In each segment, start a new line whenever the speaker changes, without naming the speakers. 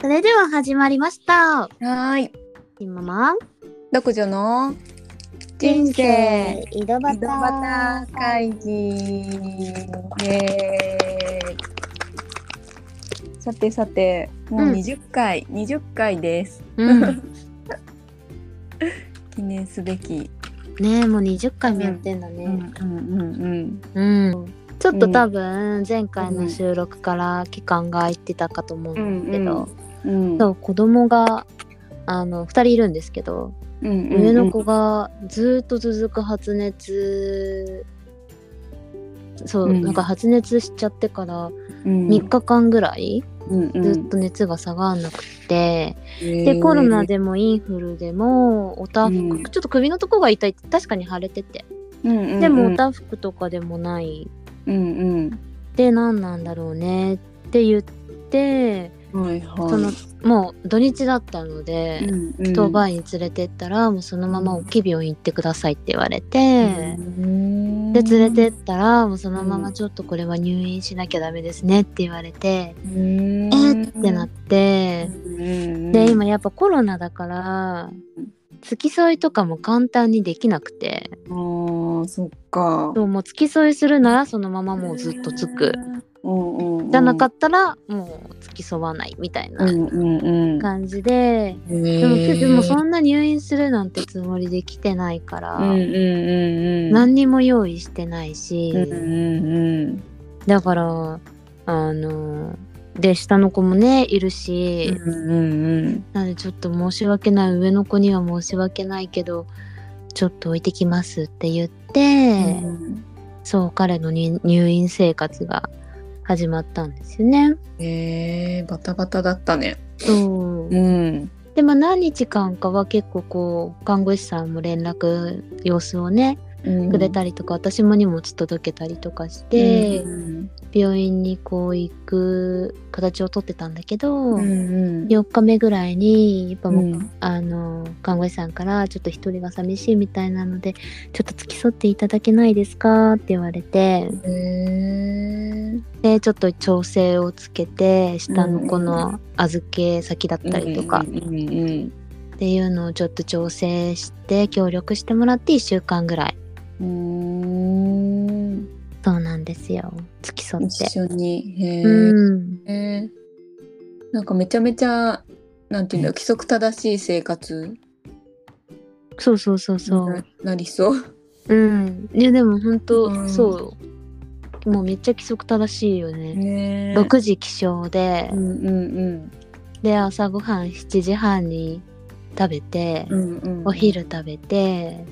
それでは始まりました。
はい。
ひまま。
独女の人生
井戸
井戸端会議。イエーイさてさて、もううん20回、20回です。
うん。
記念すべき。
ねえ、もう20回もやってんだ
う
ね。
うんうん。
うん。ちょっと多分、前回の収録から期間が空いてたかと思うんだけど、
うん
そう、子供が、あの、2人いるんですけど、
うん
上の子がずっと続く発熱、そう、
うん
なんか発熱しちゃってから
3
3日間ぐらい、ず
ず
っと熱が下がらなくて、でコロナでもインフルでもおたふく、
うん
ちょっと首のとこが痛いって確かに腫れてて、で
で
もおたふくとかでもない
うん
で何なんだろうねって言って、
うんはいはい
そのもう土日だったので、
うんうん
当番に連れてったらもうそのまま大きい病院行ってくださいって言われて、
うん
で連れてったらもうそのままちょっとこれは入院しなきゃダメですねって言われて、
うん
えーってなって。で今やっぱコロナだから付き添いとかも簡単にできなくて
あーそっか
そうもう付き添いするならそのままもうずっとつく
うんうんうん
じゃなかったらもう付き添わないみたいな
うんうんうん
感じで、
で
でも結局もうそんな入院するなんてつもりできてないから、
うんうんうんうん
何にも用意してないし、
うんうん
だからあので下の子もねいるし、
うんうん
なのでちょっと申し訳ない上の子には申し訳ないけどちょっと置いてきますって言って、
うん
そう彼のに入院生活が始まったんですよね。
えーバタバタだったね
そう
うん
でまあ何日間かは結構こう看護師さんも連絡様子をね
うん
くれたりとか、私も荷物届けたりとかして、
うん
病院にこう行く形をとってたんだけど、
うんうん
4日目ぐらいにやっぱ
う
もう、
ん
あの看護師さんからちょっと一人が寂しいみたいなのでちょっと付き添っていただけないですかって言われて
へー
でちょっと調整をつけて下の子の預け先だったりとか
うんうんうん
っていうのをちょっと調整して協力してもらって1週間ぐらい
うんう
そうなんですよ付き添
ーん
って
一緒にへー
うん
えーなんかめちゃめちゃなんていうんだろう規則正しい生活
そうそうそう
に
そう
ななりそう。
うんいやでも本当、
うん
そうもうめっちゃ規則正しいよね
ねうん
6時起床で、
うん
で朝ごはん7時半に食べて、
うんうんうん
お昼食べて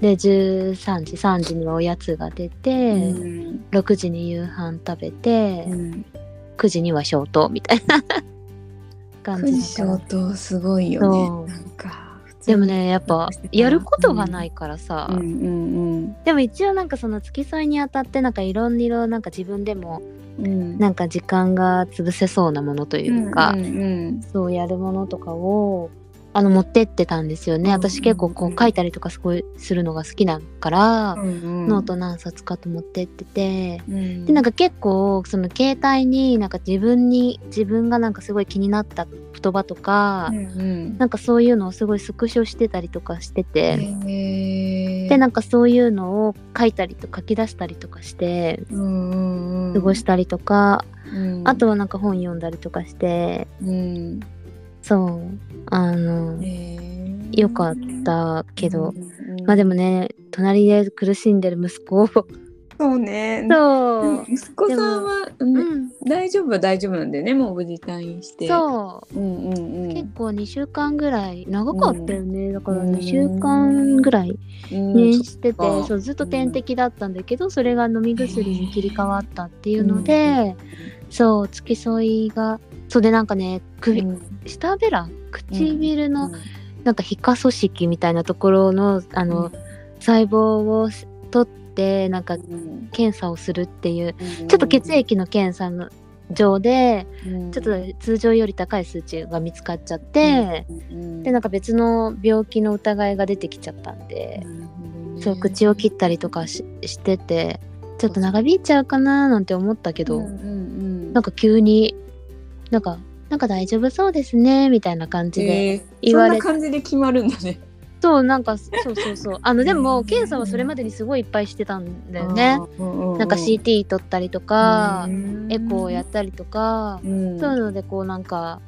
で13時3時にはおやつが出て、
うん
6時に夕飯食べて、
うん
9時には消灯みたい な感
九時
じだから
消灯すごいよ
そう
ね。なんか普通。
でもねやっぱやることがないいからさ、
うんうん
でも一応なんかその付き添いにあたってなんかいろいろなんか自分でも
うんうん。
なんか時間が潰せそうなものというか、
うんうん
そうやるものとかをあの持ってってたんですよね。
うん
私結構こう書いたりとかすごいするのが好きだから、
うん。
ノート何冊かと持ってってて。
うん。
でなん
か
か結構その携帯になんか自分に自分がなんかすごい気になった言葉とか、
うん
なんかそういうのをすごいスクショしてたりとかして
う
て、
ん。
で
ん
なんかそういうのを書いたりと書き出したりとかして
うんうんうん。
過ごしたりとか、
うん。
あとはなんか本読んだりとかして
うん。
そうあの、よかっ
だ
たけど、まあでもね隣で苦しんでる息子を
そうね。
そう、
うん息子さんは、うん
うん、
大丈夫は大丈夫なんだよねもう無事退院して、
そう
んうんうん、
う結構2週間ぐらい長かったよね、だから
うん
2週間ぐらい入
入
院してて、
うん
そうずっと点滴だったんだけど、それが飲み薬に切り替わったっていうので、そう付き添いがそうでなんかね首、下べら唇のなんか皮下組織みたいなところのあ
あ
の、細胞を取ってなんか検査をするっていうちょっと血、液の検査の上で
うん
ちょっと通常より高い数値が見つかっちゃって、でなんか別の病気の疑いが出てきちゃったんで、そう口を切ったりとかししててちょっと長引いちゃうかななんて思ったけ
け
ど、
うんうんうん、
なんか急になんか「なんか大丈夫そうですねみたいな感じで
えー
言われて、
そんな感じで決まるんだね。
そうなんかそうそうそうあので
う
も
ん
検査はそれまでにすごいいっぱいしてたんだよね
あ。ー。ううう
なんか CT 取ったりとか、エコーをやっ
って
たりとか、
う
そ
ん、
ういうのでこうなんか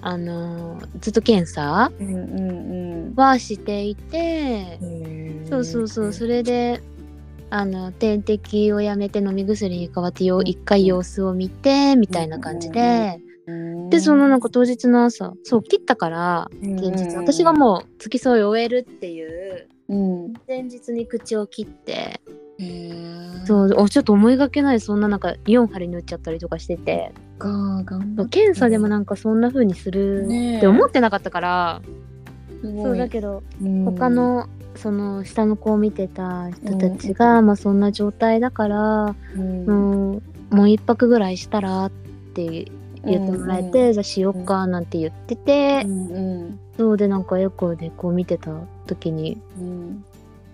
あのーずっと検査
うんうん
はしていて
う、ん。
そうそうそう
れ
それであの点滴をやめて飲み薬に変わってよう
うん
一回様子を見てみたいな感じで、でそのなんか当日の朝そう切ったから前日、私がもう付き添いを終えるっていう
うん、うん
前日に口を切って、
へー
そうおちょっと思いがけないそんななんか4針縫っちゃったりとかしてて、
か頑張
そう
っ
検査でもなんかそんな風にする
ねえ
って思ってなかったから、
すごい
そうだけど
うん
他のその下の子を見てた人たちが、まあ、そんな状態だから、
うん
うんもう一泊ぐらいしたらって言ってもらえて、じゃあしよっかなんて言ってて、
うんうん
そうでなんかエコーでこう見てた時に
うん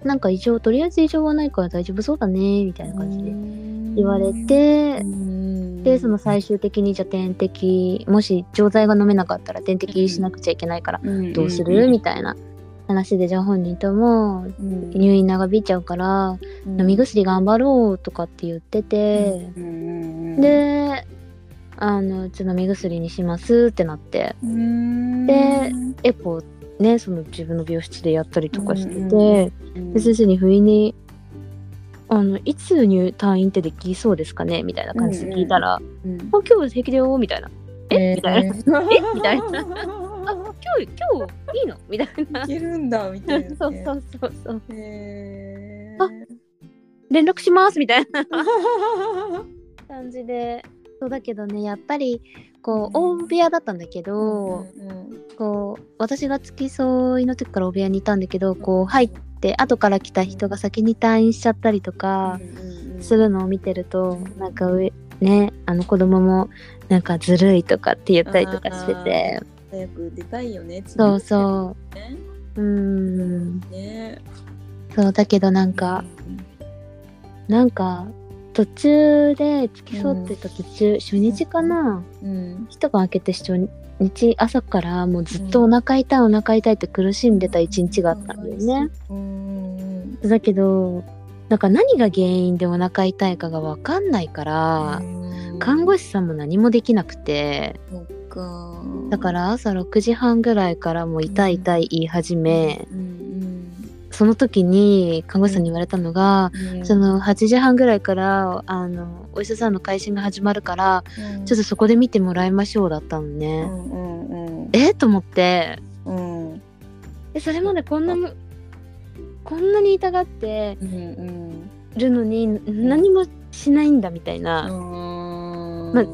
なんか異常とりあえず異常はないから大丈夫そうだねみたいな感じで
うん
言われて、
うん
でその最終的にじゃあ点滴もし錠剤が飲めなかったら点滴しなくちゃいけないからどうする、みたいな話でじゃあ本人とも
うん
入院長引いちゃうから飲み薬頑張ろうとかって言ってて、
うん、
であのじゃあ飲み薬にしますってなって
うん
でエコーねその自分の病室でやったりとかしてて、
うん
で先生に不意に「あのいつ入退院ってできそうですかね?」みたいな感じで聞いたら「
うん
あ今日平気だよ」みたいな「えみたいな「
な
えみたいなあ今日今日いいの?」みたいな
いけるんだみたいな、ね、
そうそうそうそう
へ
あ
ー
連絡しますみたいな感じでそうだけどねやっぱりこう大部屋だったんだけど、
うん
こう私が付き添いの時から大部屋にいたんだけどこう入って後から来た人が先に退院しちゃったりとか
うんうん
するのを見てると、なんか上ねあの子供もなんかずるいとかって言ったりとかしてて
早く出たいよね
そう
う
そう
ね
うーん
ね
そうだけどなんかなんか途中で付き添ってた途中、初日かな、
うん
一晩明けて初日朝からもうずっとお腹痛いお腹痛いって苦しんでた一日があったんだよね。
うんうん
だけどなんか何が原因でお腹痛いかが分かんないから、
うん
看護師さんも何もできなくて
そっか
だから朝6時半ぐらいからもう痛い痛い言い始め、
うん
その時に看護師さんに言われたのが。
うんうん
その8時半ぐらいからあのお医者さんの回診が始まるからちょっとそこで見てもらいましょうだったの
う
ね。
んうんうん
えっと思って
うんうん
えそれまでこんなむこんなに痛がって
うん
るのに何もしないんだみたいな
うん
まあ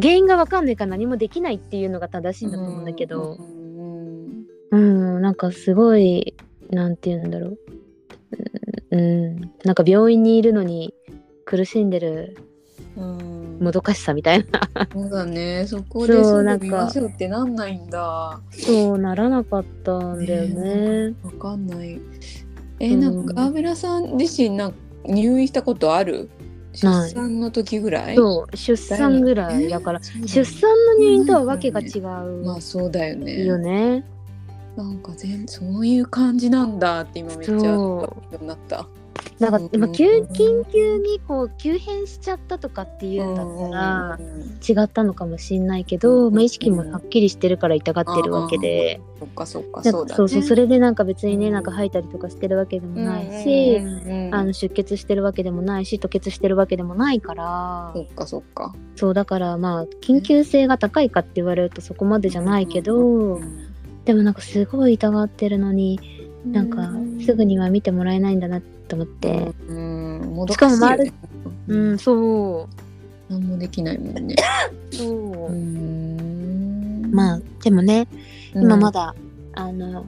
原因が分かんないから何もできないっていうのが正しいんだと思うんだけ
う
ど
んうん
うんなんかすごいなんて言うんだろううんうんなんか病院にいるのに苦しんでる
うん
もどかしさみたいな
そうだねそこ
そう
でそう
な
なんん
か
か見ましょうってなんないんだ
そうならなかったんだよね。
わかんないえなんかアーベラさん自身なんか入院したことある出
ない
産の時ぐらい
そう出産ぐらいだから出産の入院とはわけが違
まあそうだよ
う
ね
よね。
なんか全そういう感じなんだって今めっちゃ
そ
ようになった
なんか
うん
今急緊急にこう急変しちゃったとかっていうんだったら
うんうんうん
違ったのかもしれないけど、
うん
まあ、意識もはっきりしてるから痛がってるわけで、
そっかそっか
なん
そう
か
だ
そう
ね
そうそれでなんか別にね
うん
なんか吐いたりとかしてるわけでもない
うん
し、
うんうんうん
あの出血してるわけでもないし吐血してるわけでもないから、
そっかそっか
そうだからまあ緊急性が高いかって言われるとそこまでじゃないけど、でもなんかすごい痛がってるのになんかすぐには見てもらえないんだなと思って、
うんもど
しかも
かしいよ
周り
ねうん
ん、そう
何もできないもんね
そう
ーん
まあでもね今ま
だ
だ、あの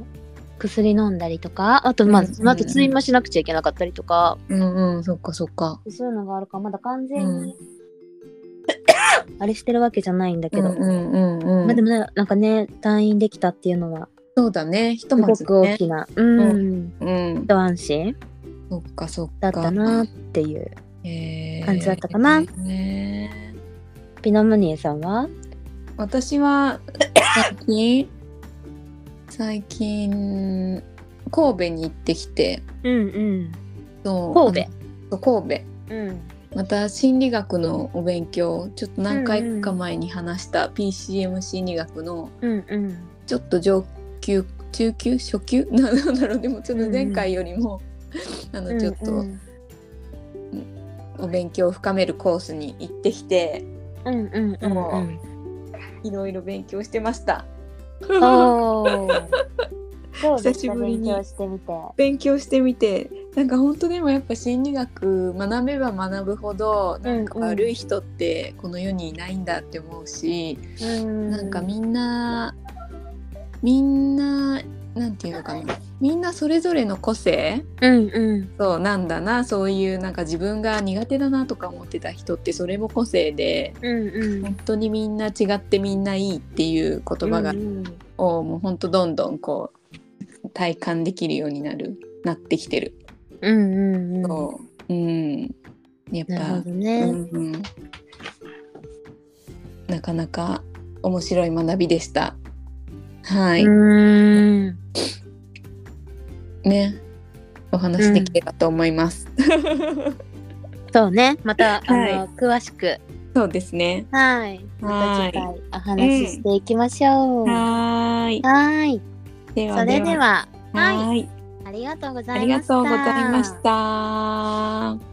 薬飲んだりとかあとまあ
うんうんうん
その後通院もしなくちゃいけなかったりとか、
うんうんそっかそっか
そういうのがあるからまだ完全に、あれしてるわけじゃないんだけど、
うんうんうんうん
まあでもねなんかね退院できたっていうのは
そうだねひと
す
ま
ご
ず
く大
ね
きな、うん、
うん
一安心
そっかそっ
だ
か
ったなっていう
へー
感じだったかな
ね
ピノムニエさんは
私は最近最近神戸に行ってきて
うんうん
そう
神戸
あのそう神戸
うん
また心理学のお勉強ちょっと何回か前に話した PCM 心理学の
うんうん
ちょっと上級中級初級 ななんだろうでもちょっと前回よりも、あのちょっ
う
と
ん
お勉強を深めるコースに行ってきて
うんうんうん
もいろいろ勉強してました。
うんお ーどうで
久しぶりに
勉強してみて
勉強してみてなんか本当でもやっぱ心理学学べば学ぶほどなんか
うんうん
悪い人ってこの世にいないんだって思うし、
うん
なんかみんなみんななんていうのかなみんなそれぞれの個性
うんうん
そうなんだなそういうなんか自分が苦手だなとか思ってた人ってそれも個性で
うんうん
本当にみんな違ってみんないいっていう言葉が、
うん
をもう本当どんどんこう体感できるようになるなってきてる。
うんうんうん
そう、うん、やっ
なる
ぱ
ほ、ど
う
ね
んうん、なかなか面白い学びでした。はい、
うん
ね、お話できればと思います。
そうねまたあ
はい
の詳しく
そうですね。
はいまた次回お話ししていきましょうは
はーい、
ーい
で
それでは
はーい、
ありがとうござ
あ
い
り
ま
が
した
とうございました。